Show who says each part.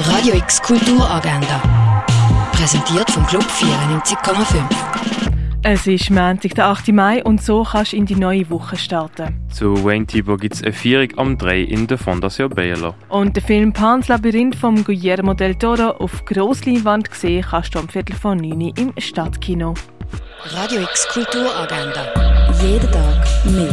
Speaker 1: Radio X Kulturagenda. Präsentiert vom Club 94,5.
Speaker 2: Es ist Montag, der 8. Mai, und so kannst du in die neue Woche starten.
Speaker 3: Zu Wayne Tibor gibt es eine Vierung am 3 in der Fondation Bela.
Speaker 2: Und den Film Pans Labyrinth von Guillermo del Toro auf Grossleinwand gesehen kannst du am Viertel von 9 Uhr im Stadtkino.
Speaker 1: Radio X Kulturagenda. Jeden Tag mehr.